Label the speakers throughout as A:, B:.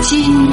A: 金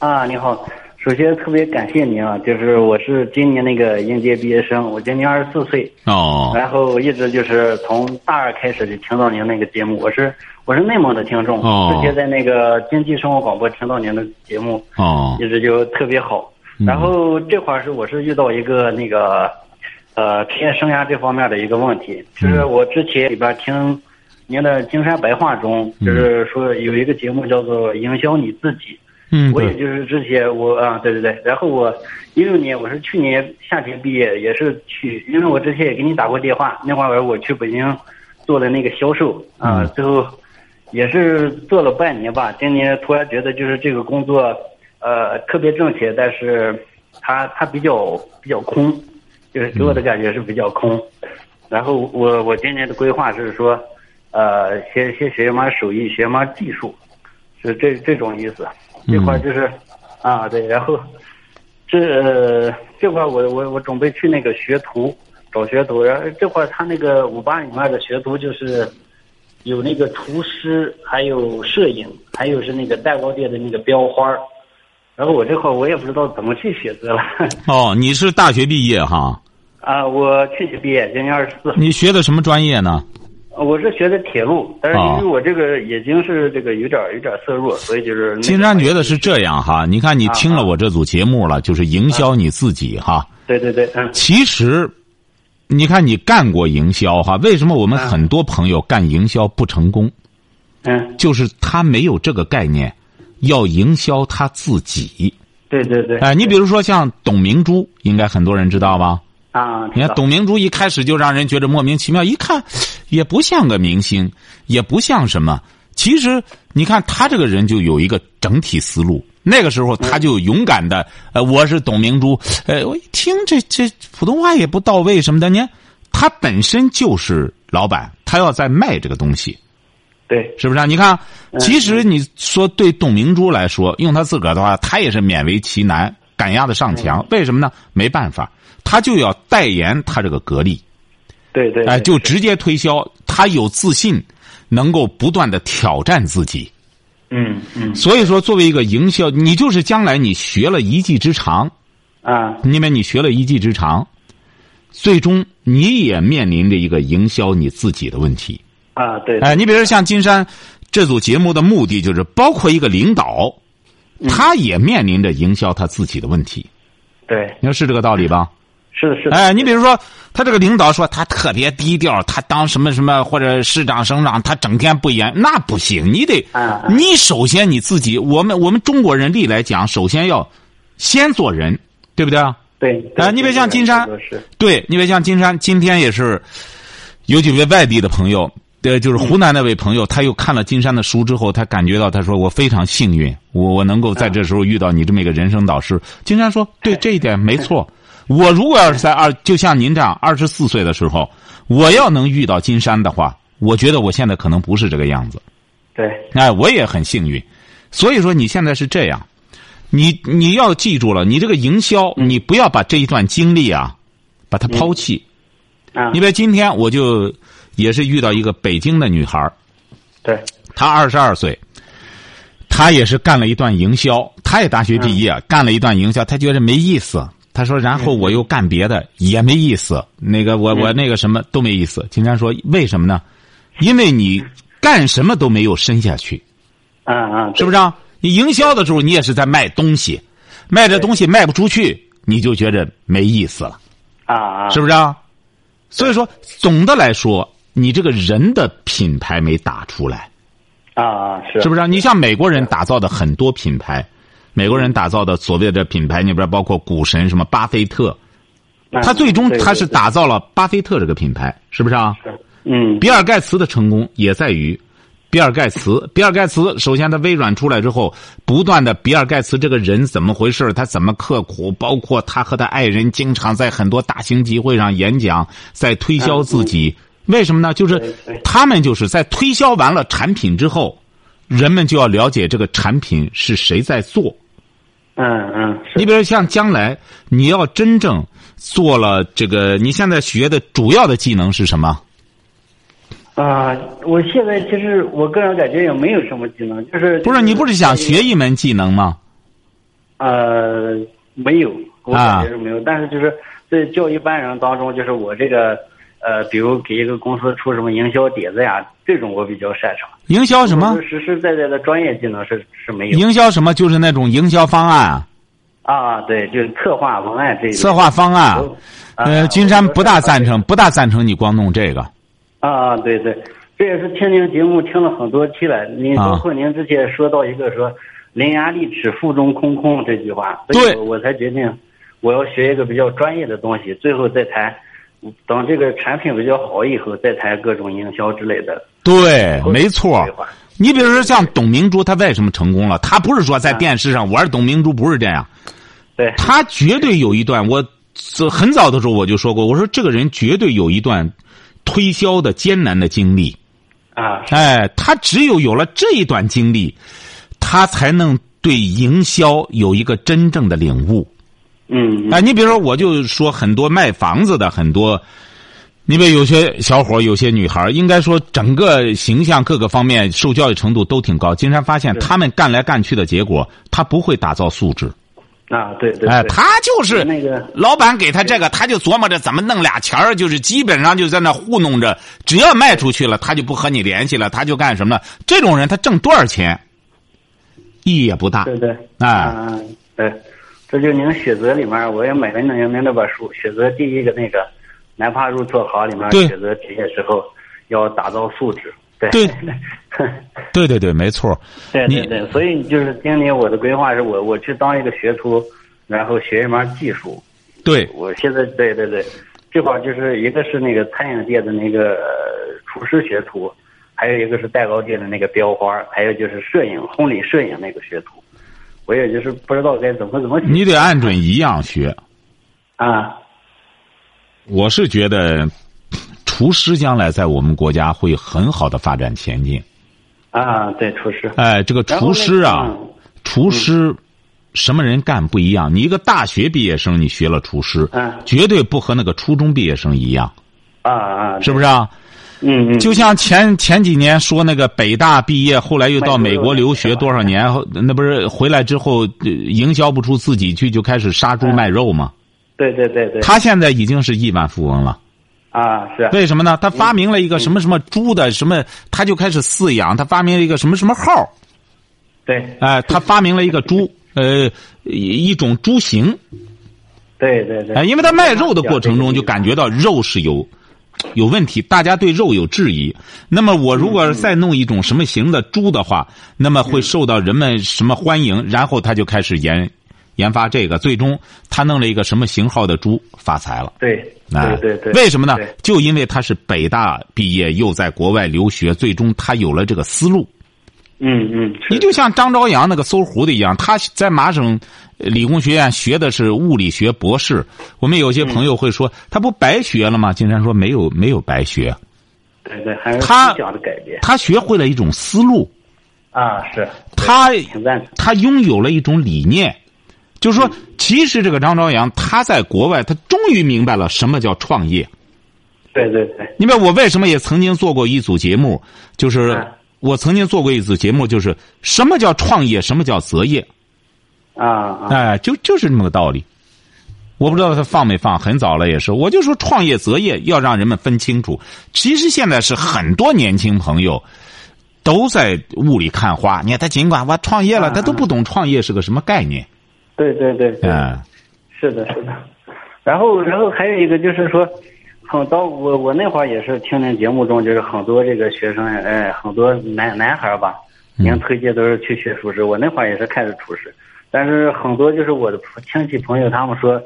B: 啊，你好。首先特别感谢您啊，就是我是今年那个应届毕业生，我今年二十四岁，
C: 哦，
B: 然后一直就是从大二开始就听到您那个节目，我是我是内蒙的听众，
C: 哦
B: 之前在那个经济生活广播听到您的节目，
C: 哦，
B: 一直就特别好。然后这会儿是我是遇到一个那个，呃，职业生涯这方面的一个问题，就是我之前里边听您的《金山白话》中，就是说有一个节目叫做《营销你自己》，
C: 嗯，
B: 我也
C: 对，
B: 就是之前我啊，对对对，然后我一六年我是去年夏天毕业，也是去，因为我之前也给你打过电话，那会儿我去北京做了那个销售啊，
C: 嗯
B: 最后也是做了半年吧。今年突然觉得就是这个工作，呃，特别挣钱，但是它它比较比较空，就是给我
C: 嗯
B: 的感觉是比较空。然后我我今年的规划是说，呃，先先学一门手艺，学一门技术，是这这种意思。
C: 嗯
B: 这块儿就是，啊对，然后这、呃这块儿我我我准备去那个学徒找学徒，然后这块儿他那个五八里面的学徒就是有那个厨师，还有摄影，还有是那个蛋糕店的那个裱花儿然后我这块儿我也不知道怎么去选择了
C: 哦，你是大学毕业哈？
B: 啊！我去年毕业，今年二十四，呃
C: 你学的什么专业呢？
B: 我是学的铁路，但是
C: 哦
B: 因为我这个已经是这个有点儿有点儿色弱，所以就是那个
C: 金山觉得是这样哈，你看你听了我这组节目了，就是营销你自己哈。
B: 对对对，嗯
C: 其实，你看你干过营销哈，为什么我们很多朋友干营销不成功？
B: 嗯，
C: 就是他没有这个概念，要营销他自己。
B: 对对对，
C: 哎，你比如说像董明珠，应该很多人知道吧？
B: 啊，
C: 你
B: 知
C: 看
B: 道
C: 董明珠一开始就让人觉得莫名其妙，一看也不像个明星，也不像什么。其实你看她这个人就有一个整体思路。那个时候她就勇敢的，呃，我是董明珠，呃，我一听这这普通话也不到位什么的，你看她本身就是老板，她要在卖这个东西。
B: 对，
C: 是不是、啊？你看，
B: 嗯
C: 其实你说对董明珠来说，用她自个儿的话，她也是勉为其难，赶鸭子上墙。
B: 嗯
C: 为什么呢？没办法，她就要代言她这个格力，
B: 对对，
C: 哎，
B: 对
C: 就直接推销。她有自信，能够不断的挑战自己。
B: 嗯嗯
C: 所以说，作为一个营销，你就是将来你学了一技之长，
B: 啊，
C: 因为你学了一技之长，最终你也面临着一个营销你自己的问题。
B: 啊，对，
C: 哎，你比如说像金山这组节目的目的就是包括一个领导，
B: 嗯
C: 他也面临着营销他自己的问题，
B: 对，
C: 你说是这个道理吧？
B: 是嗯的，是的，
C: 哎，你比如说他这个领导说他特别低调，他当什么什么或者市长省长，他整天不言，那不行，你得
B: 啊，啊
C: 你首先你自己，我们我们中国人历来讲，首先要先做人，对不对啊？
B: 对，
C: 哎你别像金山
B: 对是，
C: 对，你别像金山，今天也是有几位外地的朋友，呃，就是湖南那位朋友，他又看了金山的书之后，他感觉到，他说我非常幸运，我我能够在这时候遇到你这么一个人生导师。金山说，对这一点没错。我如果要是在二，就像您这样二十四岁的时候，我要能遇到金山的话，我觉得我现在可能不是这个样子。
B: 对，
C: 哎，我也很幸运。所以说，你现在是这样，你你要记住了，你这个营销，你不要把这一段经历啊，把它抛弃。
B: 啊
C: 因，为今天我就也是遇到一个北京的女孩儿
B: 对，
C: 她二十二岁，她也是干了一段营销，她也大学毕业，干了一段营销，她觉得没意思。她说：“然后我又干别的，也没意思。那个我我那个什么都没意思。”金山说：“为什么呢？因为你干什么都没有深下去。”
B: 嗯嗯，
C: 是不是、啊？你营销的时候，你也是在卖东西，卖这东西卖不出去，你就觉着没意思了，
B: 啊啊，
C: 是不是、啊？所以说，总的来说，你这个人的品牌没打出来，
B: 啊啊，是，
C: 是不是、啊？你像美国人打造的很多品牌，美国人打造的所谓的品牌，你比如包括股神什么巴菲特，
B: 嗯
C: 他最终
B: 对
C: 他
B: 对
C: 是
B: 对
C: 打造了巴菲特这个品牌，是不是啊？
B: 嗯，
C: 比尔盖茨的成功也在于，比尔盖茨。比尔盖茨首先他微软出来之后，不断的比尔盖茨这个人怎么回事？他怎么刻苦？包括他和他爱人经常在很多大型集会上演讲，在推销自己。为什么呢？就是
B: 嗯对
C: 他们就是在推销完了产品之后，人们就要了解这个产品是谁在做。
B: 嗯嗯，是
C: 你比如像将来你要真正做了这个，你现在学的主要的技能是什么？
B: 啊、我现在其实我个人感觉也没有什么技能，就是
C: 不是你不是想学一门技能吗？
B: 呃，没有，我
C: 啊
B: 感觉是没有。但是就是在教一般人当中，就是我这个呃，比如给一个公司出什么营销点子呀，这种我比较擅长。
C: 营销什么
B: 就？是实实在在的专业技能是是没有
C: 营销什么？就是那种营销方案啊、
B: 啊，对，就是策划文案这一类
C: 策划方案啊。啊呃，金山不大赞。
B: 我
C: 成，不大赞成你光弄这个。
B: 啊，对对，这也是听您节目听了很多期了。您
C: 啊
B: 包括您之前说到一个说“伶牙俐齿，腹中空空”这句话，所
C: 对
B: 以我我才决定我要学一个比较专业的东西，最后再谈。等这个产品比较好以后，再谈各种营销之类的。
C: 对，没错
B: 规划。
C: 你比如说像董明珠，她为什么成功了？她不是说在电视上玩董明珠，不是这样。
B: 对，
C: 他绝对有一段，我自很早的时候我就说过，我说这个人绝对有一段推销的艰难的经历。
B: 啊，
C: 哎，他只有有了这一段经历，他才能对营销有一个真正的领悟。
B: 嗯，
C: 哎，你比如说，我就说很多卖房子的很多，你比如有些小伙儿有些女孩儿应该说整个形象各个方面受教育程度都挺高。金山发现，
B: 是
C: 他们干来干去的结果，他不会打造素质。
B: 啊，对对对，
C: 哎，他就是
B: 那个
C: 老板给他这个，他就琢磨着怎么弄俩钱儿，就是基本上就在那糊弄着。只要卖出去了，他就不和你联系了，他就干什么了？这种人他挣多少钱，意义也不大
B: 对。对，
C: 哎
B: 啊，对，这就是您选择里面，我也买了您您那本书，选择第一个那个“难怕入错行”里面
C: 对
B: 选择职业时候要打造素质，对
C: 对
B: 对
C: 对对对，没错。
B: 对
C: 你
B: 对所以就是今年我的规划是我我去当一个学徒，然后学一门技术。
C: 对
B: 我现在对对对，这块儿就是一个是那个餐饮界的那个呃厨师学徒，还有一个是蛋糕界的那个裱花儿，还有就是摄影婚礼摄影那个学徒，我也就是不知道该怎么怎么
C: 你
B: 写
C: 得按准一样学。
B: 啊
C: 我是觉得，厨师将来在我们国家会很好的发展前进。
B: 啊，对厨师
C: 哎，这个
B: 然后
C: 厨
B: 那
C: 师啊
B: 嗯，
C: 厨师什么人干不一样？你一个大学毕业生，你学了厨师
B: 嗯，
C: 绝对不和那个初中毕业生一样，
B: 啊啊，
C: 是不是啊？
B: 嗯嗯，
C: 就像前前几年说那个北大毕业，后来又到美国留学
B: 卖猪肉
C: 多少年，后那不是回来之后呃营销不出自己去，就开始杀猪卖肉吗？
B: 对对对对，
C: 他现在已经是亿万富翁了。
B: 啊 是
C: 为什么呢？他发明了一个什么什么猪的什么，他就开始饲养，他发明了一个什么什么号儿，
B: 对
C: 哎，他发明了一个猪，呃，一一种猪型，
B: 对对对，
C: 哎，因为他卖肉的过程中就感觉到肉是有有问题，大家对肉有质疑。那么我如果再弄一种什么型的猪的话，那么会受到人们什么欢迎？然后他就开始研研发这个，最终他弄了一个什么型号的猪发财了。
B: 对
C: 哎
B: 对对对，
C: 为什么呢
B: 对？
C: 就因为他是北大毕业，又在国外留学，最终他有了这个思路。
B: 嗯嗯，是
C: 你就像张朝阳那个搜狐的一样，他在麻省呃理工学院学的是物理学博士。我们有些朋友会说，他不白学了吗？金山说没有，没有白学，
B: 对对，还是
C: 他
B: 思想的改变
C: 他学会了一种思路，
B: 啊是，
C: 他
B: 挺赞成
C: 他拥有了一种理念，就是说，其实这个张朝阳他在国外，他终于明白了什么叫创业。
B: 对对对，
C: 你们我为什么也曾经做过一组节目，就是
B: 嗯
C: 我曾经做过一组节目，就是什么叫创业，什么叫择业。
B: 啊啊。
C: 哎，就就是这么个道理。我不知道他放没放，很早了也是。我就说创业择业要让人们分清楚。其实现在是很多年轻朋友都在雾里看花。你看他尽管我创业了，他都不懂创业是个什么概念。
B: 对对对嗯对，
C: 嗯，
B: 是的，是的。然后，然后还有一个就是说，很到我我那会儿也是听您节目中，就是很多这个学生，哎，很多男男孩儿吧，
C: 嗯
B: 您推荐都是去学厨师。我那会儿也是开始厨师，但是很多就是我的朋亲戚朋友他们说，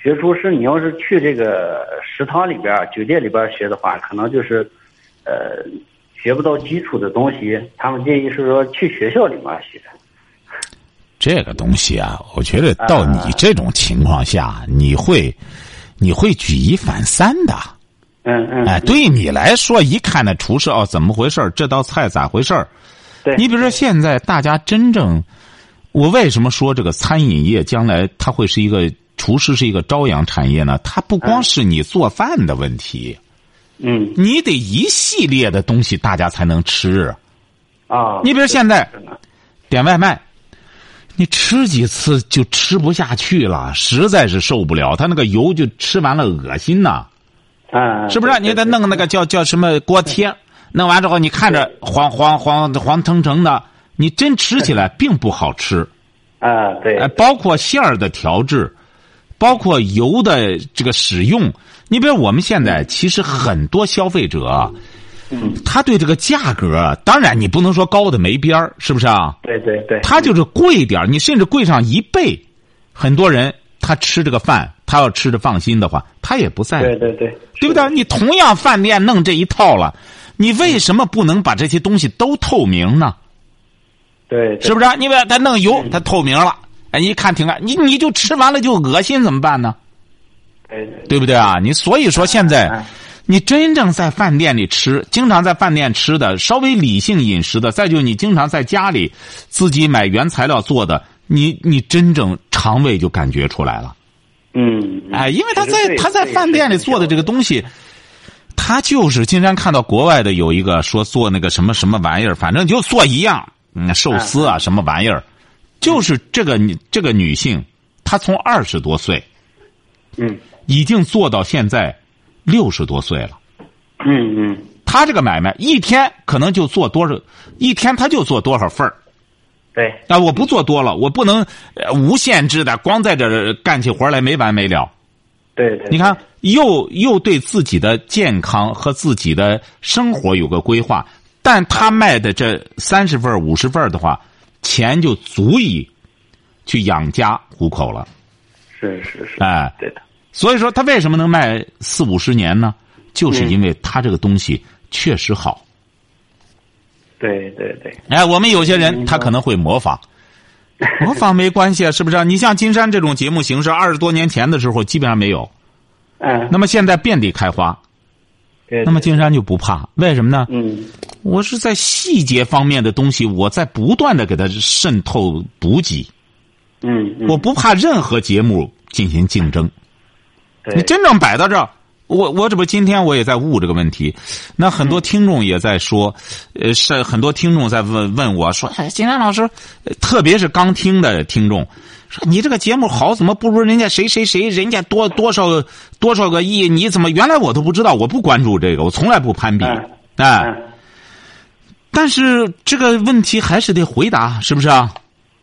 B: 学厨师你要是去这个食堂里边儿、酒店里边儿学的话，可能就是，呃，学不到基础的东西，他们建议是说去学校里面学。
C: 这个东西啊，我觉得到
B: 嗯
C: 你这种情况下，你会，你会举一反三的。
B: 嗯 嗯，
C: 哎，对于你来说，一看那厨师哦，怎么回事儿这道菜咋回事儿
B: 对，
C: 你比如说，现在大家真正，我为什么说这个餐饮业将来它会是一个厨师是一个朝阳产业呢？它不光是你做饭的问题，
B: 嗯
C: 你得一系列的东西大家才能吃。
B: 啊，
C: 你比如现在
B: 是的
C: 点外卖，你吃几次就吃不下去了，实在是受不了，它那个油就吃完了恶心呐、
B: 嗯，
C: 是不是？你得弄那个叫叫什么锅贴，弄完之后你看着黄黄黄黄腾腾的，你真吃起来并不好吃。
B: 啊，对
C: 哎，包括馅儿的调制，包括油的这个使用。你比如我们现在其实很多消费者，啊
B: 嗯，
C: 他对这个价格，啊当然你不能说高的没边儿，是不是啊？
B: 对对对，
C: 他就是贵点儿你甚至贵上一倍，很多人他吃这个饭，他要吃的放心的话，他也不在乎。
B: 对对对，
C: 对不对？你同样饭店弄这一套了，你为什么不能把这些东西都透明呢？
B: 对，对
C: 是不是？你把它弄油，它透明了，哎，一看挺干，你你就吃完了就恶心，怎么办呢？
B: 对对
C: 对不对啊？你所以说现在
B: 嗯，
C: 你真正在饭店里吃，经常在饭店吃的，稍微理性饮食的，再就是你经常在家里自己买原材料做的，你你真正肠胃就感觉出来了。
B: 嗯，嗯
C: 哎，因为他
B: 其实
C: 在
B: 这
C: 他在
B: 这也
C: 饭
B: 是
C: 店里
B: 挺
C: 做的
B: 小
C: 这个东西，他就是经常看到国外的有一个说做那个什么什么玩意儿，反正就做一样，嗯，寿司啊什么玩意儿，就是这个女这个女性，她从二十多岁
B: 嗯
C: 已经做到现在六十多岁了。
B: 嗯嗯，
C: 她这个买卖一天可能就做多少，一天她就做多少份儿。
B: 对，
C: 啊，我不做多了，我不能、呃无限制的光在这儿干起活来没完没了。
B: 对对，
C: 你看，又又对自己的健康和自己的生活有个规划，但他卖的这三十份五十份儿的话，钱就足以去养家糊口了。
B: 是是是，
C: 哎
B: 对的，
C: 所以说，他为什么能卖四五十年呢？
B: 嗯
C: 就是因为他这个东西确实好。
B: 对对对，
C: 哎，我们有些人他可能会模仿，模仿没关系，是不是啊？你像金山这种节目形式，二十多年前的时候基本上没有，
B: 嗯，
C: 那么现在遍地开花，
B: 对
C: 那么
B: 对
C: 金山就不怕，为什么呢？
B: 嗯
C: 我是在细节方面的东西，我在不断的给它渗透补给，
B: 嗯嗯，
C: 我不怕任何节目进行竞争。
B: 对
C: 你真正摆到这儿，我我这不今天我也在悟这个问题，那很多听众也在说，呃，是很多听众在问问我说，哎，金山老师，呃特别是刚听的听众，说你这个节目好，怎么不如人家谁谁谁，人家多多少多少个亿，你怎么原来我都不知道，我不关注这个，我从来不攀比，哎
B: 嗯、嗯，
C: 但是这个问题还是得回答，是不是啊？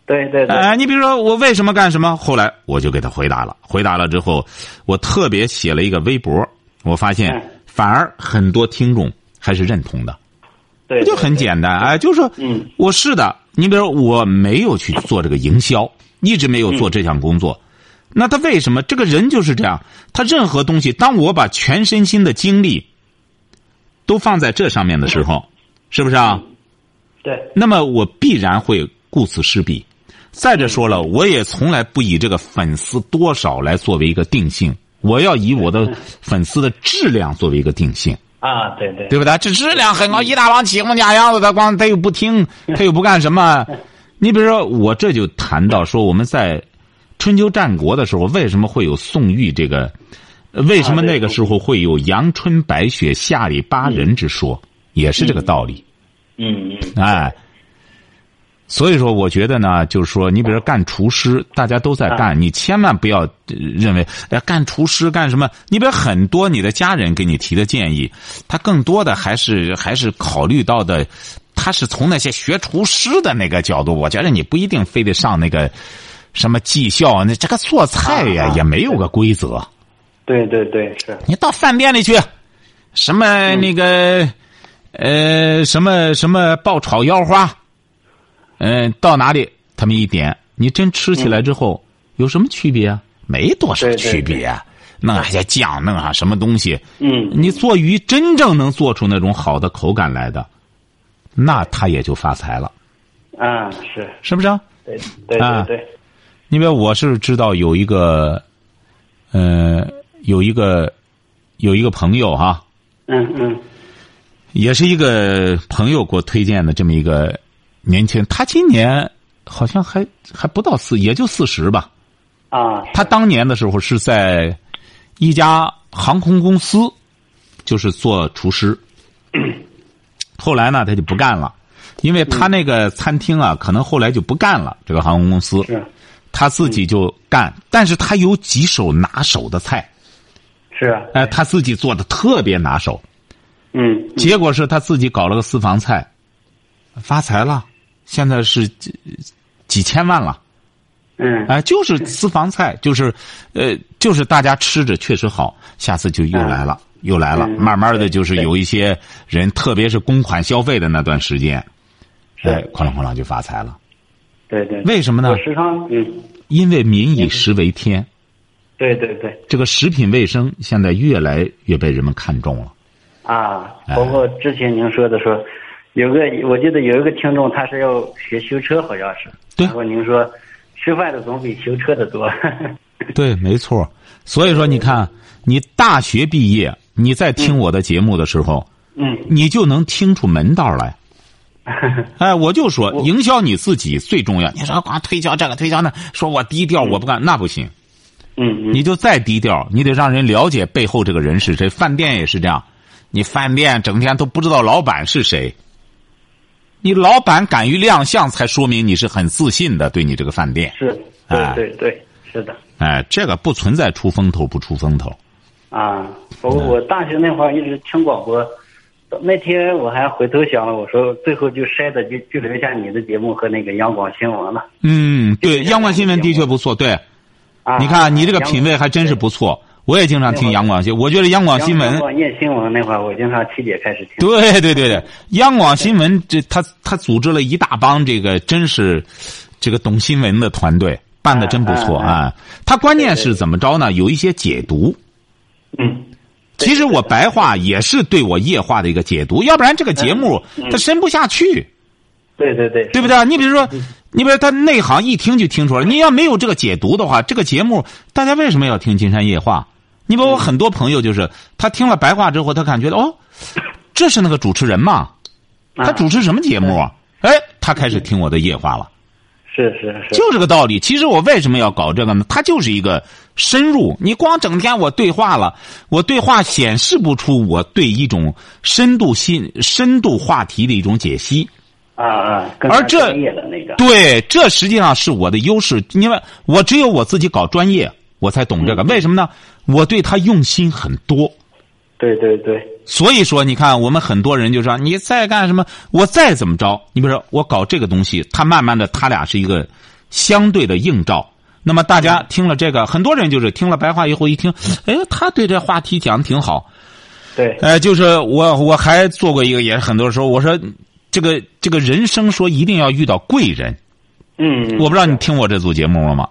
B: 对对对，
C: 哎，你比如说我为什么干什么？后来我就给他回答了，回答了之后，我特别写了一个微博，我发
B: 嗯
C: 现反而很多听众还是认同的，
B: 对，
C: 就很简单，哎，就是说
B: 嗯，
C: 我是的。你比如说我没有去做这个营销，一直没有做这项工作，那他为什么这个人就是这样？他任何东西，当我把全身心的精力都放在这上面的时候，是不是啊？
B: 对，
C: 那么我必然会顾此失彼。再者说了，我也从来不以这个粉丝多少来作为一个定性，我要以我的粉丝的质量作为一个定性，
B: 啊，对对
C: 对不对？这质量很高，一大帮起哄架秧子，他光他又不听，他又不干什么。你比如说，我这就谈到说，我们在春秋战国的时候，为什么会有宋玉这个？呃为什么那个时候会有“阳春白雪，下里巴人”之说？也是这个道理。
B: 嗯嗯，
C: 哎，所以说，我觉得呢，就是说，你比如说干厨师，大家都在
B: 啊
C: 干，你千万不要呃认为，哎，干厨师干什么？你比如很多你的家人给你提的建议，他更多的还是还是考虑到的，他是从那些学厨师的那个角度，我觉得你不一定非得上那个什么技校，那这个做菜呀、
B: 啊啊
C: 也没有个规则。
B: 对对对是，
C: 你到饭店里去，什么
B: 嗯
C: 那个，呃，什么什么爆炒腰花，嗯、到哪里他们一点，你真吃起来之
B: 嗯
C: 后、有什么区别啊？没多少
B: 对对
C: 区别、啊，弄上些酱，弄上什么东西，
B: 嗯
C: 你做鱼真正能做出那种好的口感来的，那他也就发财了，
B: 嗯，是
C: 是不是、啊？
B: 对对
C: 啊
B: 对对，
C: 因为我是知道有一个，呃，有一个有一个朋友哈、
B: 嗯嗯
C: 也是一个朋友给我推荐的这么一个年轻人，他今年好像还还不到四，也就四十吧。
B: 啊，是
C: 他当年的时候是在一家航空公司，就是做厨师。后来呢，他就不干了，因为他那个餐厅啊，可能后来就不干了。这个航空公司，
B: 是
C: 他自己就干，但是他有几手拿手的菜，
B: 是，啊
C: 哎、他自己做的特别拿手。
B: 嗯嗯
C: 结果是他自己搞了个私房菜，发财了，现在是几几千万了。
B: 嗯
C: 哎，就是私房菜，就是，呃，就是大家吃着确实好，下次就又来了，又来了。
B: 嗯
C: 慢慢的，就是
B: 对
C: 有一些人，特别是公款消费的那段时间，
B: 是
C: 哎，哐啷哐啷就发财了。
B: 对对，
C: 为什么呢
B: 我？时常嗯，
C: 因为民以食为天，
B: 对对对。
C: 这个食品卫生现在越来越被人们看重了。
B: 啊，
C: 哎
B: 包括之前您说的说，有个我记得有一个听众他是要学修车，好像是，
C: 对
B: 然后您说吃饭的总比修车的多，
C: 对，没错。所以说，你看，你大学毕业，你在听我的节目的时候，
B: 嗯，
C: 你就能听出门道来。哎，我就说，营销你自己最重要。你说光推销这个推销那，说我低调，我不干，那不行。
B: 嗯嗯
C: 你就再低调，你得让人了解背后这个人是谁。饭店也是这样，你饭店整天都不知道老板是谁。你老板敢于亮相，才说明你是很自信的，对你这个饭店。
B: 是，
C: 哎
B: 对对对，是的，
C: 哎，这个不存在出风头不出风头。嗯
B: 啊，包括我大学那会儿一直听广播，那天我还回头想了，我说最后就筛的就就留下你的节目和那个央广新闻了，
C: 嗯，对，
B: 就是
C: 央广新闻的确不错。对，
B: 啊，
C: 你看你这个品味还真是
B: 对
C: 不错。我也经常听央广新，我觉得央啊广新
B: 央
C: 闻，
B: 广念新闻那会儿，我经常七点开始听，
C: 对对对对，央广新闻这他他组织了一大帮这个真是这个懂新闻的团队，办的真不错
B: 嗯嗯嗯
C: 啊。他关键是怎么着呢？有一些解读。
B: 嗯，
C: 其实我白话也是对我夜话的一个解读，要不然这个节目它深不下去。
B: 对对对，
C: 对不对？你比如说，你比如他内行一听就听出来，你要没有这个解读的话，这个节目大家为什么要听《金山夜话》？你包括很多朋友，就是他听了白话之后，他感觉到哦，这是那个主持人嘛，他
B: 啊
C: 主持什么节目啊？哎，他开始听我的夜话了，
B: 是是是，
C: 就这个道理。其实我为什么要搞这个呢？它就是一个深入。你光整天我对话了，我对话显示不出我对一种深度新深度话题的一种解析。
B: 啊啊，更
C: 而
B: 加
C: 这
B: 专业的那个，
C: 对，这实际上是我的优势，因为我只有我自己搞专业，我才懂这个。为什么呢？我对他用心很多，
B: 对对对，
C: 所以说你看，我们很多人就说你再干什么，我再怎么着，你比如说我搞这个东西，他慢慢的，他俩是一个相对的映照。那么大家听了这个，很多人就是听了白话以后一听，哎，他对这话题讲的挺好，
B: 对，
C: 呃，就是我我还做过一个，也是很多时候我说，这个这个人生说一定要遇到贵人，
B: 嗯，
C: 我不知道你听我这组节目了吗？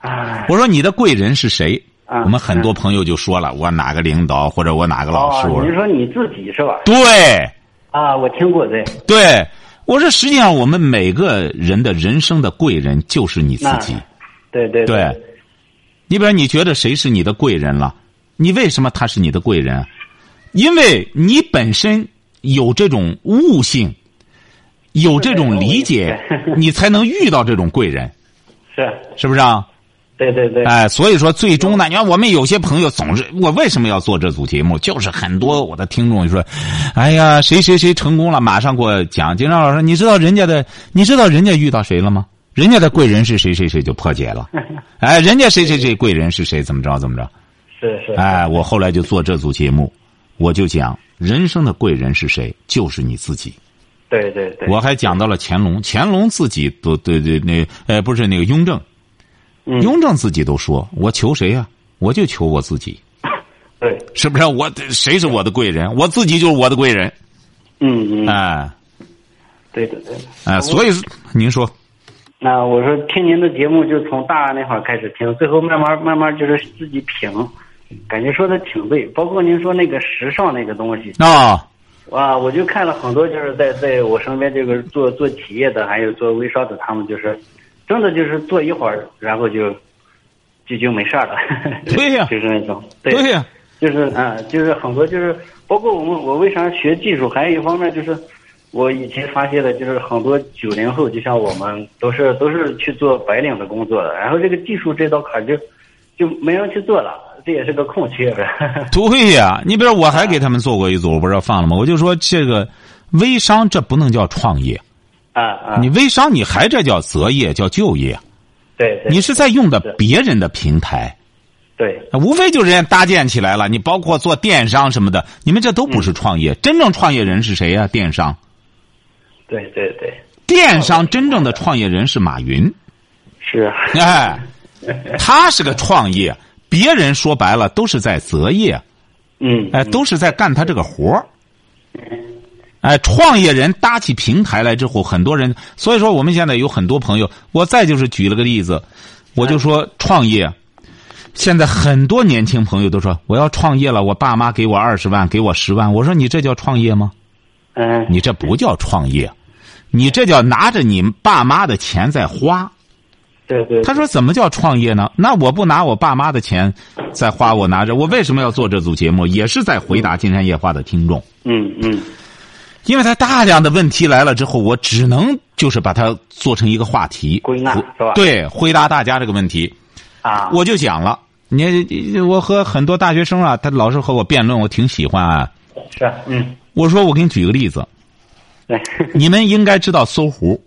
B: 啊，
C: 我说你的贵人是谁？
B: 啊
C: 我们很多朋友就说了，我哪个领导或者我哪个老师，
B: 哦，
C: 我
B: 你
C: 说
B: 说你自己是吧？
C: 对
B: 啊，我听过这，
C: 对，我说实际上我们每个人的人生的贵人就是你自
B: 那
C: 己。，
B: 对对
C: 对，你比如你觉得谁是你的贵人了？你为什么他是你的贵人？啊因为你本身有这种悟性，有这种理解
B: 对对，
C: 你才能遇到这种贵人，
B: 是，
C: 是不是啊？
B: 对对对，
C: 哎，所以说最终呢，你看我们有些朋友总是，我为什么要做这组节目？就是很多我的听众就说，哎呀，谁谁谁成功了，马上给我讲。金章老师，你知道人家的，你知道人家遇到谁了吗？人家的贵人是谁谁谁就破解 了，哎，人家谁谁谁贵人是谁怎么着怎么着？
B: 是是，
C: 哎，我后来就做这组节目，我就讲人生的贵人是谁，就是你自己。
B: 对对对，
C: 我还讲到了乾隆，乾隆自己都对对那呃不是那个雍正，
B: 嗯
C: 雍正自己都说我求谁呀、我就求我自己，
B: 对，
C: 是不是？我谁是我的贵人？我自己就是我的贵人，
B: 嗯嗯，
C: 哎
B: 对对对。
C: 哎，所以说您说
B: 那我说听您的节目就从大二那会儿开始听，最后慢慢慢慢就是自己品，感觉说的挺对。包括您说那个时尚那个东西，
C: 啊、
B: 哇，我就看了很多，就是在在我身边这个做做企业的，还有做微商的，他们就是真的就是做一会儿，然后就就就没事儿了。
C: 对呀
B: 就是那种对
C: 对呀、
B: 就是啊、就是很多就是包括我们我为啥学技术，还有一方面就是我以前发现的，就是很多九零后，就像我们都是都是去做白领的工作的，然后这个技术这道坎儿就就没人去做了，这也是个空缺呗。
C: 对呀、你比如我还给他们做过一组，我不知道放了吗？我就说这个微商这不能叫创业，
B: 啊啊，
C: 你微商你还这叫择业，叫就业，啊
B: 对对，
C: 你是在用的
B: 是
C: 别人的平台。
B: 对
C: 无非就是人家搭建起来了，你包括做电商什么的，你们这都
B: 嗯
C: 不是创业。真正创业人是谁呀、电商，
B: 对对对，
C: 电
B: 哦
C: 商真正的创业人是马云，
B: 是啊，
C: 哎，他是个创业，别人说白了都是在择业，
B: 嗯，
C: 哎，都是在干他这个活儿。哎，创业人搭起平台来之后，很多人，所以说我们现在有很多朋友，我再就是举了个例子，我
B: 嗯
C: 就说创业，现在很多年轻朋友都说我要创业了，我爸妈给我二十万，给我十万，我说你这叫创业吗？
B: 嗯，
C: 你这不叫创业，你这叫拿着你爸妈的钱在花。
B: 对对，
C: 他说怎么叫创业呢？那我不拿我爸妈的钱在花，我拿着，我为什么要做这组节目？也是在回答《金山夜话》的听众。
B: 嗯嗯，
C: 因为他大量的问题来了之后，我只能就是把它做成一个话题，
B: 归纳是吧
C: 对，回答大家这个问题，
B: 啊，
C: 我就讲了。你我和很多大学生啊，他老是和我辩论，我挺喜欢啊。
B: 是啊嗯，
C: 我说我给你举个例子，
B: 对，
C: 你们应该知道搜狐，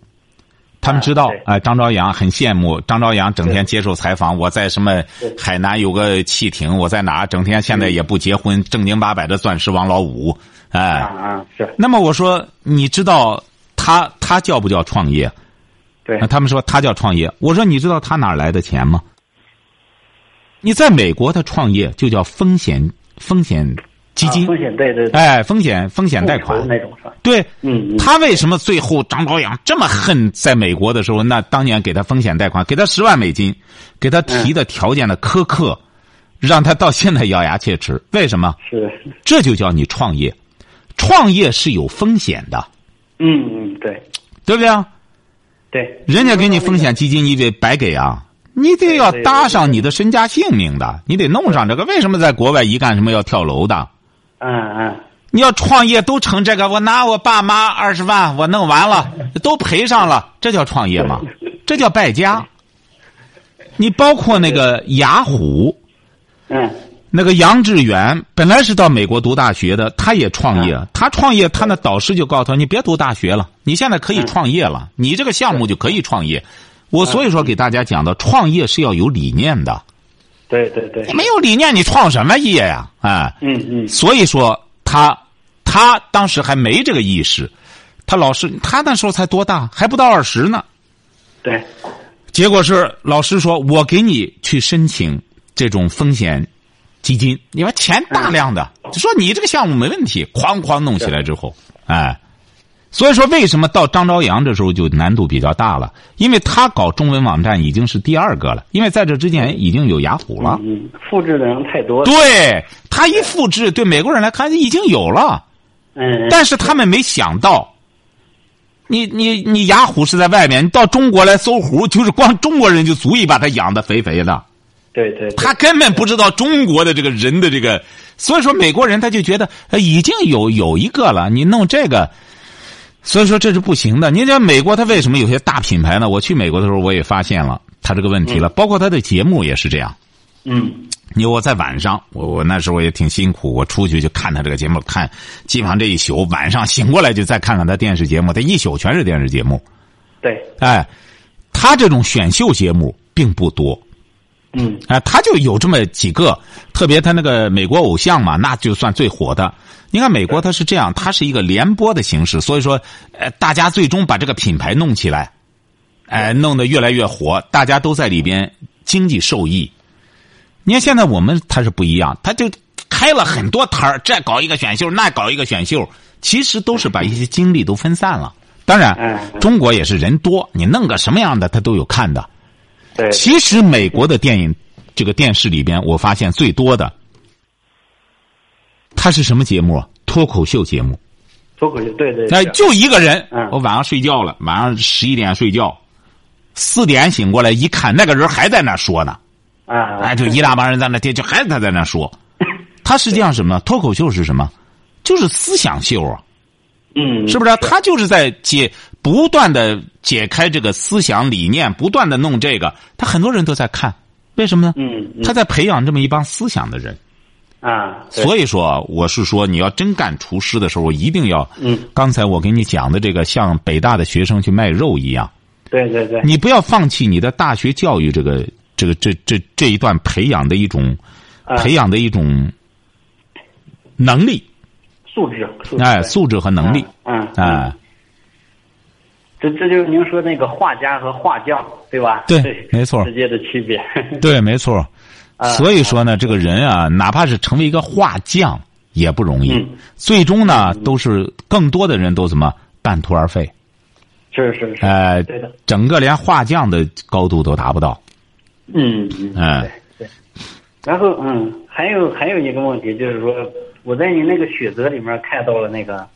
C: 他们知道
B: 啊对
C: 啊、张朝阳很羡慕张朝阳整天接受采访，我在什么
B: 对嗯
C: 海南有个汽艇，我在哪儿整天现在也不结婚，正经八百的钻石王老五，哎、
B: 啊啊是，
C: 那么我说，你知道他他叫不叫创业？
B: 对
C: 那，他们说他叫创业。我说你知道他哪儿来的钱吗？你在美国他创业就叫风险风险基金
B: 啊，风险对对，对
C: 哎，风险风险贷款
B: 众筹。那种是吧？
C: 对，
B: 嗯嗯
C: 他为什么最后张朝阳这么恨在美国的时候，那当年给他风险贷款，给他十万美金，给他提的条件的苛刻，让他到现在咬牙切齿。为什么？
B: 是，
C: 这就叫你创业，创业是有风险的。
B: 嗯嗯对
C: 对不对啊？
B: 对，
C: 人家给你风险基金，你得白给啊，你得要搭上你的身家性命的，你得弄上这个。为什么在国外一干什么要跳楼的？
B: 嗯嗯
C: 你要创业都成这个，我拿我爸妈二十万，我弄完了都赔上了，这叫创业吗？这叫败家。你包括那个雅虎，
B: 嗯
C: 那个杨致远本来是到美国读大学的，他也创业。他创业，他那导师就告诉他：“你别读大学了，你现在可以创业了，你这个项目就可以创业。”我所以说给大家讲的，创业是要有理念的，
B: 对对对，
C: 没有理念你创什么业呀？哎，
B: 嗯嗯
C: 所以说他他当时还没这个意识，他老师他那时候才多大，还不到二十呢。
B: 对，
C: 结果是老师说：“我给你去申请这种风险基金，你把钱大量的，就说你这个项目没问题，哐哐弄起来之后，哎，所以说为什么到张朝阳这时候就难度比较大了？因为他搞中文网站已经是第二个了，因为在这之前已经有雅虎了，
B: 嗯复制的人太多了，
C: 对他一复制，对美国人来看已经有了。”
B: 嗯嗯
C: 但是他们没想到，你你你雅虎是在外面，你到中国来搜狐，就是光中国人就足以把他养得肥肥的，
B: 对对，对
C: 他根本不知道中国的这个人的这个，所以说美国人他就觉得呃已经有有一个了，你弄这个。所以说这是不行的。你讲美国，他为什么有些大品牌呢？我去美国的时候，我也发现了他这个问题了，包括他的节目也是这样。
B: 嗯
C: 你我在晚上，我我那时候也挺辛苦，我出去就看他这个节目，看基本上这一宿，晚上醒过来就再看看他电视节目，他一宿全是电视节目。
B: 对，
C: 哎，他这种选秀节目并不多，
B: 嗯
C: 啊，他就有这么几个，特别他那个美国偶像嘛，那就算最火的。你看美国它是这样，它是一个联播的形式，所以说，呃，大家最终把这个品牌弄起来，哎、弄得越来越火，大家都在里边经济受益。你看现在我们它是不一样，它就开了很多摊儿，这搞一个选秀，那搞一个选秀，其实都是把一些精力都分散了。当然，
B: 嗯
C: 中国也是人多，你弄个什么样的，他都有看的。
B: 对，
C: 其实美国的电影这个电视里边，我发现最多的，它是什么节目啊？脱口秀节目。
B: 脱口秀，对对。
C: 哎，就一个人
B: 嗯，
C: 我晚上睡觉了，晚上十一点睡觉，四点醒过来一看，那个人还在那说呢，
B: 啊，
C: 哎，就一大帮人在那听，就还是他在那 说。他实际上什么呢？脱口秀是什么？就是思想秀啊，
B: 嗯，
C: 是不是啊、他就是在解不断的解开这个思想理念，不断的弄这个。他很多人都在看，为什么呢？
B: 嗯，嗯
C: 他在培养这么一帮思想的人。
B: 啊，以
C: 所以说，我是说，你要真干厨师的时候，一定要，
B: 嗯，
C: 刚才我给你讲的这个，像北大的学生去卖肉一样，
B: 对对对，
C: 你不要放弃你的大学教育这个这个这这这一段培养的一种
B: 啊
C: 培养的一种能力，
B: 素质，素质
C: 哎，素质和能力，，
B: 嗯，嗯
C: 哎，
B: 这这就是您说那个画家和画匠，对吧？
C: 对
B: 这
C: 没错
B: 直接的区别。
C: 对，没错。
B: 啊
C: 所以说呢，这个人啊，哪怕是成为一个画匠也不容易，
B: 嗯
C: 最终呢，都是更多的人都怎么半途而废。
B: 是是是，
C: 呃
B: 对的，
C: 整个连画匠的高度都达不到。
B: 嗯嗯
C: 嗯
B: 对对。然后嗯，还有还有一个问题就是说，我在你那个选择里面看到了那个，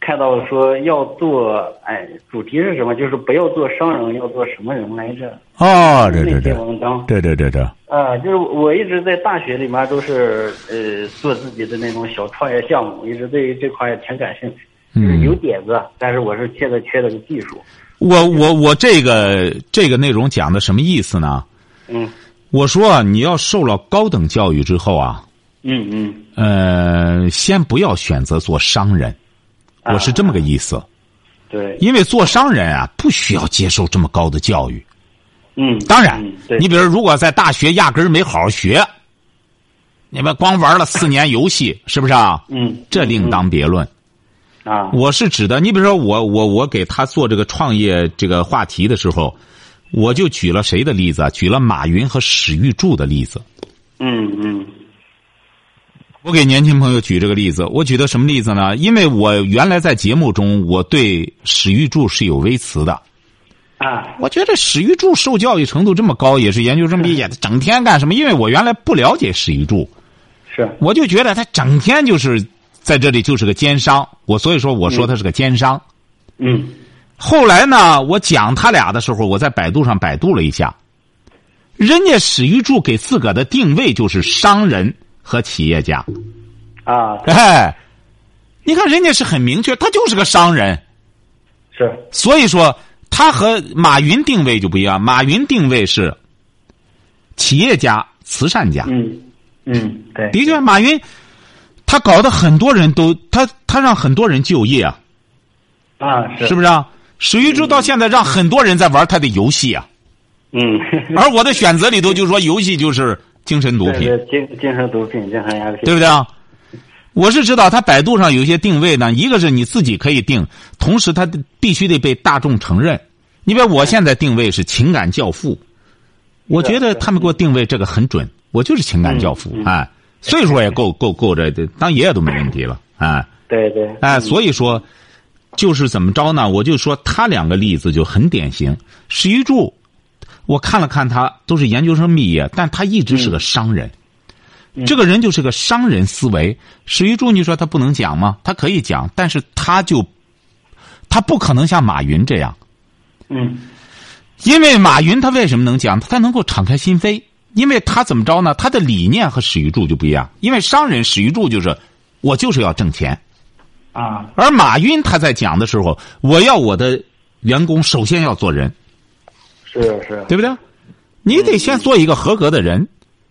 B: 看到了说要做，哎，主题是什么？就是不要做商人，要做什么人来着？
C: 哦，这
B: 啊那
C: 这
B: 些
C: 这，
B: 文章。
C: 这这这这，
B: 啊，就是我一直在大学里面都是呃做自己的那种小创业项目，一直对于这块也挺感兴趣，
C: 嗯
B: 就是有点子，但是我是现在缺的是技术。
C: 我我我这个这个内容讲的什么意思呢？
B: 嗯
C: 我说啊，你要受了高等教育之后啊，
B: 嗯嗯，
C: 呃，先不要选择做商人，我是这么个意思。
B: 啊对，
C: 因为做商人啊，不需要接受这么高的教育。
B: 嗯，
C: 当然
B: 嗯、，对，
C: 你比如如果在大学压根儿没好好学，你们光玩了四年游戏，是不是啊？
B: 嗯
C: 这另当别论。
B: 啊，
C: 我是指的，你比如说我我我给他做这个创业这个话题的时候，我就举了谁的例子啊？举了马云和史玉柱的例子。
B: 嗯嗯
C: 我给年轻朋友举这个例子，我举的什么例子呢？因为我原来在节目中，我对史玉柱是有微词的。
B: 啊，
C: 我觉得史玉柱受教育程度这么高，也是研究这么毕业的，整天干什么？因为我原来不了解史玉柱，
B: 是
C: 我就觉得他整天就是在这里就是个奸商。我所以说我说他是个奸商。
B: 嗯
C: 后来呢，我讲他俩的时候，我在百度上百度了一下，人家史玉柱给自个儿的定位就是商人和企业家。
B: 啊，
C: 哎，你看人家是很明确，他就是个商人。
B: 是
C: 所以说，他和马云定位就不一样。马云定位是企业家、慈善家。
B: 嗯嗯对，
C: 的确，马云他搞得很多人都他他让很多人就业啊，
B: 啊是
C: 是不是啊？史玉柱到现在让很多人在玩他的游戏啊，
B: 嗯，
C: 而我的选择里头就说游戏就是精神毒
B: 对
C: 品，
B: 对，精精神毒品，精神鸦
C: 对
B: 片，
C: 不对啊？我是知道他百度上有一些定位呢，一个是你自己可以定，同时他必须得被大众承认。你比如我现在定位是情感教父，我觉得他们给我定位这个很准，我就是情感教父
B: 啊嗯嗯
C: 哎，岁数也够够够着，当爷爷都没问题了哎
B: 对对，
C: 哎，
B: 嗯
C: 所以说就是怎么着呢？我就说他两个例子就很典型。史玉柱，我看了看他都是研究生毕业，但他一直是个商人。这个人就是个商人思维。史玉柱，你说他不能讲吗？他可以讲，但是他就他不可能像马云这样，
B: 嗯
C: 因为马云他为什么能讲？他能够敞开心扉，因为他怎么着呢？他的理念和史玉柱就不一样。因为商人史玉柱就是我就是要挣钱，
B: 啊
C: 而马云他在讲的时候，我要我的员工首先要做人，
B: 是是，
C: 对不对？你得先做一个合格的人，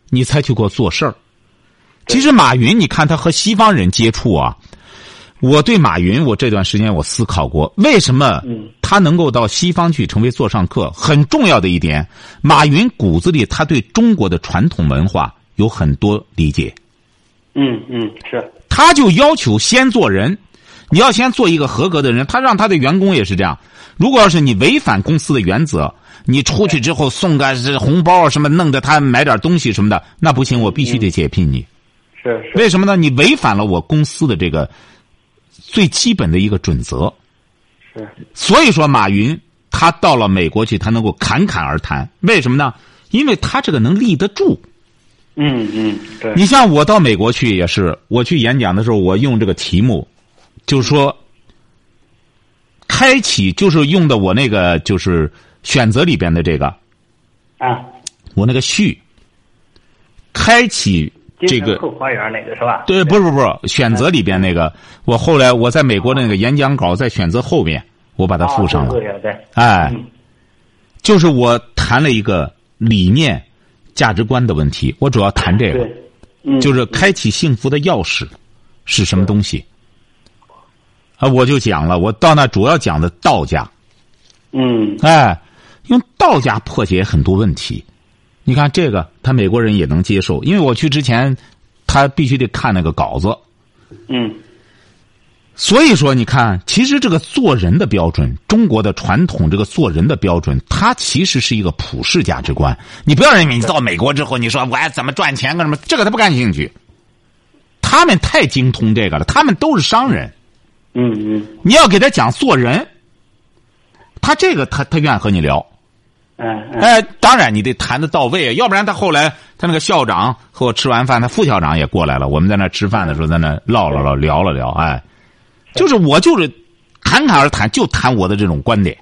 C: 你才去给我做事儿。其实马云，你看他和西方人接触啊，我对马云，我这段时间我思考过，为什么
B: 嗯
C: 他能够到西方去成为座上客？很重要的一点，马云骨子里他对中国的传统文化有很多理解。
B: 嗯嗯是。
C: 他就要求先做人，你要先做一个合格的人。他让他的员工也是这样。如果要是你违反公司的原则，你出去之后送个这红包啊什么，弄得他买点东西什么的，那不行，我必须得解聘你。
B: 是是，
C: 为什么呢？你违反了我公司的这个最基本的一个准则。
B: 是
C: 所以说，马云他到了美国去，他能够侃侃而谈，为什么呢？因为他这个能立得住。
B: 嗯嗯，对，
C: 你像我到美国去也是，我去演讲的时候，我用这个题目，就是说，开启就是用的我那个就是选择里边的这个
B: 啊，
C: 我那个序，开启这
B: 金
C: 个
B: 城后花园那个是吧？
C: 对，不是不是不是选择里边那个，我后来我在美国那个演讲稿在选择后面我把它
B: 啊，
C: 附上了
B: 对，对对，
C: 哎
B: 嗯，
C: 就是我谈了一个理念、价值观的问题，我主要谈哎这个，
B: 对，嗯，
C: 就是开启幸福的钥匙是什么东西。啊，我就讲了，我到那主要讲的道家，
B: 嗯
C: 哎，用道家破解很多问题。你看这个，他美国人也能接受，因为我去之前，他必须得看那个稿子，
B: 嗯
C: 所以说，你看，其实这个做人的标准，中国的传统这个做人的标准，它其实是一个普世价值观。你不要认为你到美国之后，你说我还怎么赚钱干什么，这个他不感兴趣。他们太精通这个了，他们都是商人。
B: 嗯嗯
C: 你要给他讲做人，他这个他他愿意和你聊。
B: 嗯嗯，
C: 哎，当然你得谈的到位，啊要不然他后来他那个校长和我吃完饭，他副校长也过来了，我们在那吃饭的时候在那唠唠唠聊了聊，哎，就是我就是侃侃而谈，就谈我的这种观点，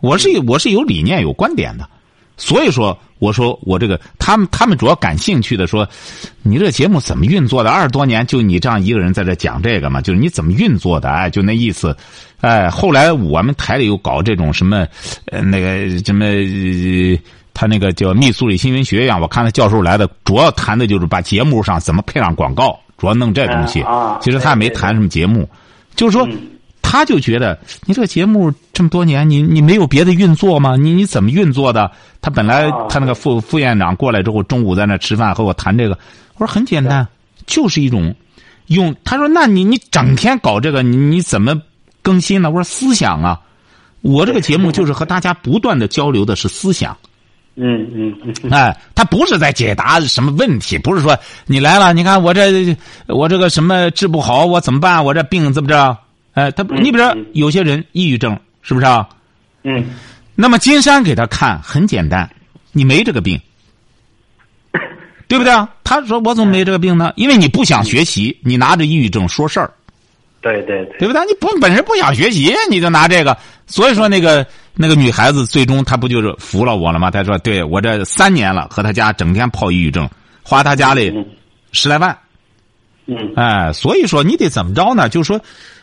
C: 我是有我是有理念有观点的，所以说我说我这个他们他们主要感兴趣的说，你这节目怎么运作的？二十多年就你这样一个人在这讲这个嘛，就是你怎么运作的？哎，就那意思。哎，后来我们台里又搞这种什么，呃，那个什么，呃他那个叫密苏里新闻学院，我看他教授来的，主要谈的就是把节目上怎么配上广告，主要弄这东西。
B: 嗯啊
C: 其实他也没
B: 对对
C: 谈什么节目，就是说
B: 嗯，
C: 他就觉得你这个节目这么多年，你你没有别的运作吗？你你怎么运作的？他本来
B: 哦
C: 他那个副副院长过来之后，中午在那吃饭和我谈这个，我说很简单，就是一种用。他说：“那你你整天搞这个，你你怎么更新呢？”我说：“思想啊，我这个节目就是和大家不断的交流的是思想。
B: 嗯嗯嗯 嗯
C: 哎，他不是在解答什么问题，不是说你来了，你看我这我这个什么治不好，我怎么办？我这病怎么着？哎，他不，
B: 嗯
C: 你比如说
B: 嗯
C: 有些人抑郁症是不是啊？
B: 嗯，
C: 那么金山给他看很简单，你没这个病，对不对啊？他说我怎么没这个病呢？因为你不想学习，你拿着抑郁症说事儿，
B: 对对对，
C: 对不对？你不本身不想学习，你就拿这个。所以说，那个那个女孩子最终她不就是服了我了吗？她说：“对我这三年了，和她家整天泡抑郁症，花她家里
B: 嗯
C: 十来万。
B: 嗯
C: 哎，所以说你得怎么着呢？就是说，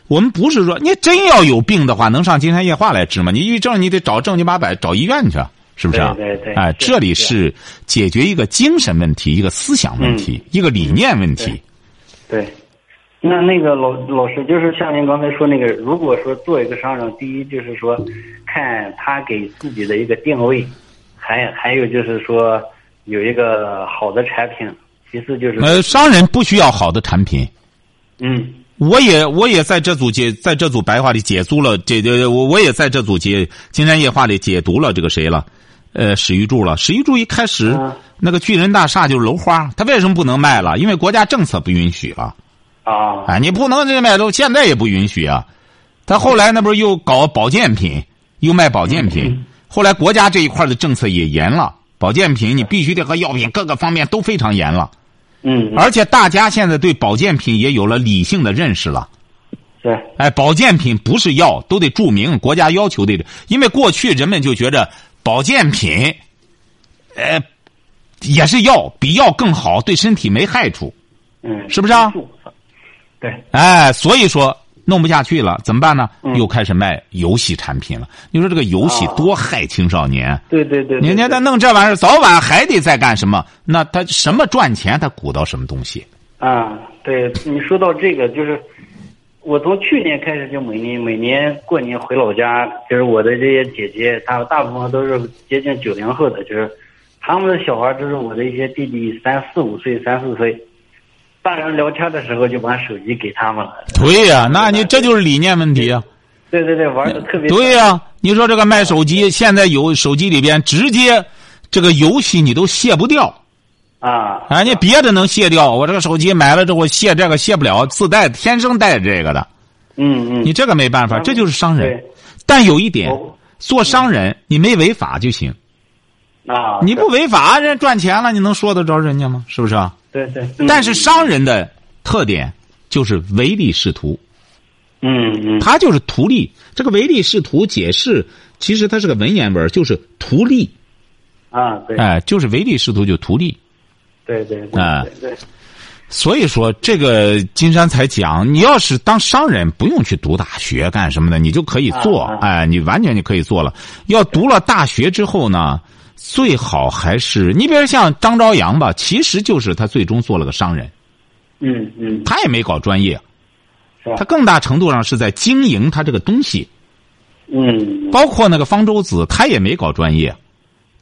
C: 我们不是说你真要有病的话，能上金山夜话来治吗？你抑郁症你得找正经八百找医院去啊，是不是、啊？
B: 对对对
C: 哎，
B: 是
C: 这里
B: 是
C: 是解决一个精神问题、一个思想问
B: 嗯
C: 题、一个理念问题。
B: 对。那那个老老师，就是像您刚才说那个，如果说做一个商人，第一就是说，看他给自己的一个定位，还还有就是说有一个好的产品，其次就是
C: 呃，商人不需要好的产品，
B: 嗯
C: 我也我也在这组解在这组白话里解读了这这我我也在这组解金山夜话里解读了这个谁了，呃史玉柱了。史玉柱一开始、
B: 嗯
C: 那个巨人大厦就是楼花，他为什么不能卖了？因为国家政策不允许了。
B: 啊
C: 哎，你不能这卖楼，现在也不允许啊。他后来那不是又搞保健品，又卖保健品。后来国家这一块的政策也严了，保健品你必须得和药品各个方面都非常严了。
B: 嗯
C: 而且大家现在对保健品也有了理性的认识了。
B: 是
C: 哎，保健品不是药，都得注明，国家要求的。因为过去人们就觉着保健品，呃，也是药，比药更好，对身体没害处。
B: 嗯
C: 是不是啊
B: 对
C: 哎，所以说弄不下去了，怎么办呢？
B: 嗯
C: 又开始卖游戏产品了。你说这个游戏
B: 哦
C: 多害青少年，啊
B: 对对对，
C: 人家他
B: 的
C: 弄这玩意儿，早晚还得再干什么？那他什么赚钱，他鼓捣什么东西？
B: 啊，对你说到这个，就是我从去年开始就每年每年过年回老家，就是我的这些姐姐，她们大部分都是接近九零后的，就是他们的小孩就是我的一些弟弟，三四五岁、三四岁，大人聊天的时候就把手机给他们了。
C: 对呀、那你这就是理念问题啊。
B: 对对对，玩的特别
C: 对呀、你说这个卖手机，现在有手机里边直接这个游戏你都卸不掉，
B: 啊，
C: 哎，你别的能卸掉，我这个手机买了之后卸这个卸不了，自带天生带着这个的，
B: 嗯
C: 你
B: 嗯，
C: 这个没办法，这就是商人
B: 对。
C: 但有一点
B: 我，嗯
C: 做商人你没违法就行，
B: 啊，
C: 你不违法，人家赚钱了，你能说得着人家吗？是不是啊？
B: 对对，嗯
C: 但是商人的特点就是唯利是图，
B: 嗯嗯，
C: 它就是图例。这个唯利是图解释，其实它是个文言文，就是图利，
B: 啊，对，
C: 哎、就是唯利是图，就图利。
B: 对对对
C: 哎
B: 对对，
C: 所以说，这个金山才讲，你要是当商人，不用去读大学干什么的，你就可以做，
B: 啊啊
C: 哎，你完全就可以做了。要读了大学之后呢，最好还是你比如像张朝阳吧，其实就是他最终做了个商人，
B: 嗯嗯，
C: 他也没搞专业，
B: 是吧
C: 他？更大程度上是在经营他这个东西。
B: 嗯，
C: 包括那个方舟子，他也没搞专业，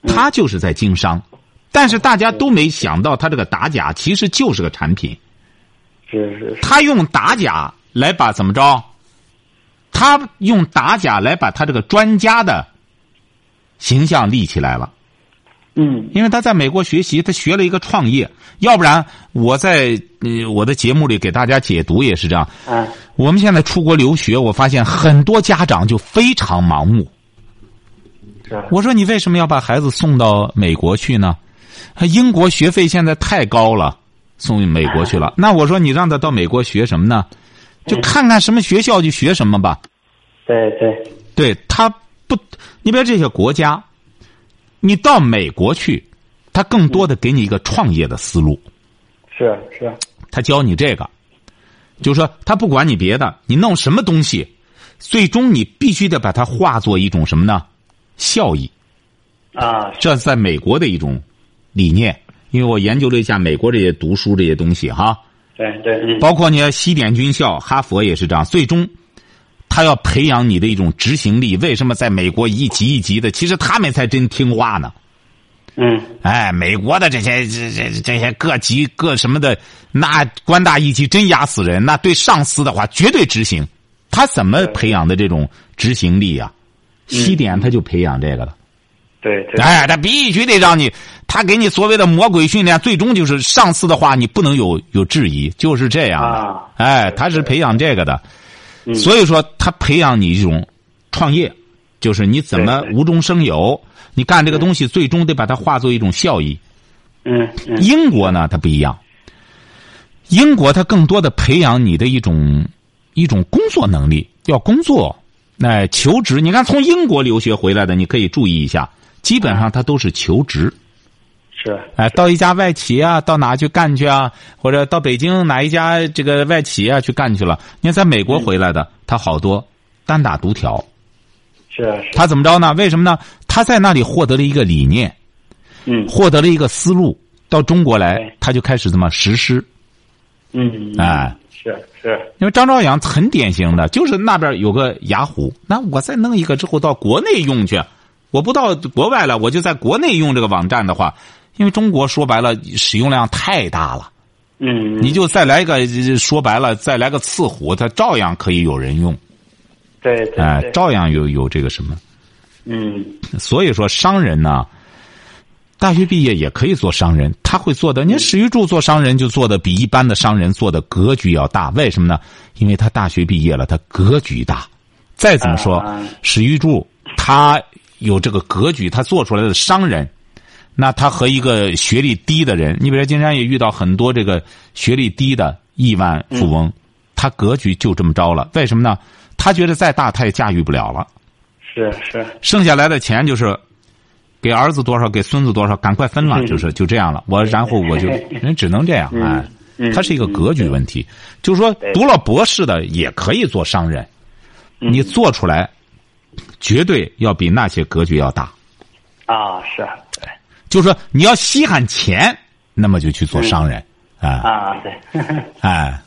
C: 他就是在经商，但是大家都没想到他这个打假其实就是个产品。
B: 是是是，
C: 他用打假来把怎么着？他用打假来把他这个专家的形象立起来了，
B: 嗯
C: 因为他在美国学习，他学了一个创业。要不然，我在呃我的节目里给大家解读也是这样。
B: 啊，
C: 我们现在出国留学，我发现很多家长就非常盲目。
B: 是吧？
C: 我说你为什么要把孩子送到美国去呢？啊英国学费现在太高了，送美国去了。那我说你让他到美国学什么呢？就看看什么学校就学什么吧。
B: 对对，
C: 对他不，你比如这些国家，你到美国去，他更多的给你一个创业的思路，
B: 是是，
C: 他教你这个，就是说他不管你别的，你弄什么东西，最终你必须得把它化作一种什么呢？效益。
B: 啊，
C: 这是在美国的一种理念。因为我研究了一下美国这些读书这些东西哈，
B: 对对，嗯，
C: 包括你看西点军校、哈佛也是这样，最终他要培养你的一种执行力。为什么在美国一级一级的？其实他们才真听话呢。
B: 嗯，
C: 哎，美国的这些这这这些各级各什么的，那官大一级真压死人。那对上司的话，绝对执行。他怎么培养的这种执行力啊？西点他就培养这个了。
B: 对对，
C: 哎，他必须得让你，他给你所谓的魔鬼训练，最终就是上司的话你不能有有质疑，就是这样的。
B: 啊
C: 哎，他是培养这个的，
B: 嗯
C: 所以说他培养你一种创业，就是你怎么
B: 对对
C: 无中生有，你干这个东西最终得把它化作一种效益。
B: 嗯嗯，
C: 英国呢，它不一样，英国它更多的培养你的一种一种工作能力，要工作，哎，求职。你看，从英国留学回来的，你可以注意一下，基本上他都是求职，
B: 是，
C: 哎，到一家外企啊，到哪去干去啊，或者到北京哪一家这个外企啊去干去了。你看，在美国回来的，他好多单打独条，
B: 是是，
C: 他怎么着呢？为什么呢？他在那里获得了一个理念，
B: 嗯
C: 获得了一个思路，到中国来
B: 对，
C: 他就开始怎么实施。
B: 嗯，
C: 哎，
B: 是是，
C: 因为张朝阳很典型的，就是那边有个雅虎，那我再弄一个之后到国内用去，我不到国外了，我就在国内用这个网站的话，因为中国说白了使用量太大了，
B: 嗯，
C: 你就再来个说白了再来个刺虎，它照样可以有人用，
B: 对
C: 哎、
B: 对对，
C: 照样有有这个什么，
B: 嗯，
C: 所以说商人呢。大学毕业也可以做商人，他会做的。你看史玉柱做商人就做的比一般的商人做的格局要大，为什么呢？因为他大学毕业了，他格局大。再怎么说
B: 啊，
C: 史玉柱他有这个格局，他做出来的商人，那他和一个学历低的人，你比如说金山也遇到很多这个学历低的亿万富翁，他格局就这么着了。为什么呢？他觉得再大他也驾驭不了了。
B: 是是，
C: 剩下来的钱就是给儿子多少，给孙子多少，赶快分了，
B: 嗯
C: 就是就这样了。我然后我 就人只能这样，哎
B: 嗯，
C: 它是一个格局问题。就是说，
B: 对
C: 读了博士的也可以做商人，
B: 嗯
C: 你做出来绝对要比那些格局要大。
B: 啊是，对
C: 就是说，你要稀罕钱，那么就去
B: 嗯
C: 做商人，哎
B: 啊对，
C: 哎。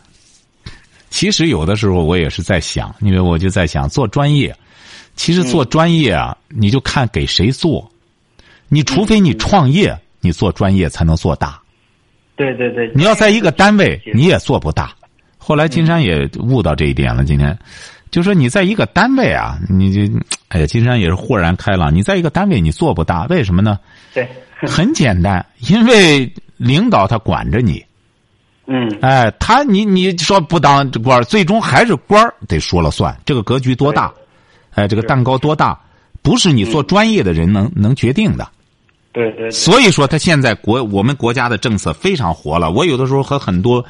C: 其实有的时候我也是在想，因为我就在想做专业，其实做专业啊，你就看给谁做，你除非你创业，你做专业才能做大。
B: 对对对，
C: 你要在一个单位，你也做不大。后来金山也悟到这一点了，今天就说你在一个单位啊，你就哎呀，金山也是豁然开朗。你在一个单位你做不大，为什么 呢？
B: 对，
C: 很简单，因为领导他管着你。
B: 嗯
C: 哎，他你你说不当官儿，最终还是官儿得说了算。这个格局多大，哎，这个蛋糕多大，不是你做专业的人能、能决定的。
B: 对对对，
C: 所以说，他现在国我们国家的政策非常活了。我有的时候和很多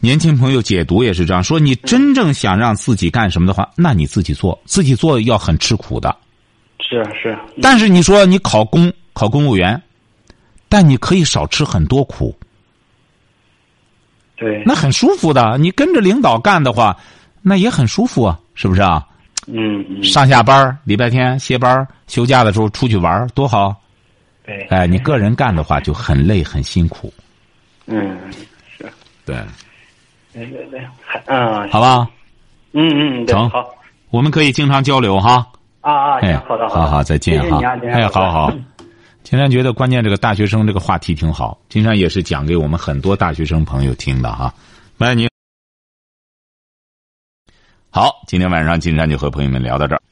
C: 年轻朋友解读也是这样说：你真正想让自己干什么的话，那你自己做，自己做要很吃苦的。
B: 是是，嗯
C: 但是你说你考公考公务员，但你可以少吃很多苦，
B: 对，
C: 那很舒服的。你跟着领导干的话，那也很舒服啊，是不是啊？
B: 嗯嗯，
C: 上下班儿礼拜天歇班儿休假的时候出去玩儿多好。
B: 对，
C: 哎，你个人干的话就很累很辛苦。
B: 嗯是，
C: 对，
B: 对对对，还嗯
C: 好吧，
B: 嗯嗯对，
C: 成
B: 好
C: 我们可以经常交流哈。
B: 啊啊，
C: 哎
B: 行，好的
C: 好
B: 的
C: 好，再见
B: 谢谢
C: 哈
B: 你啊，金。山
C: 哎，
B: 老师
C: 好 好。金山觉得关键这个大学生这个话题挺好，金山也是讲给我们很多大学生朋友听的哈。喂，你好，今天晚上金山就和朋友们聊到这儿。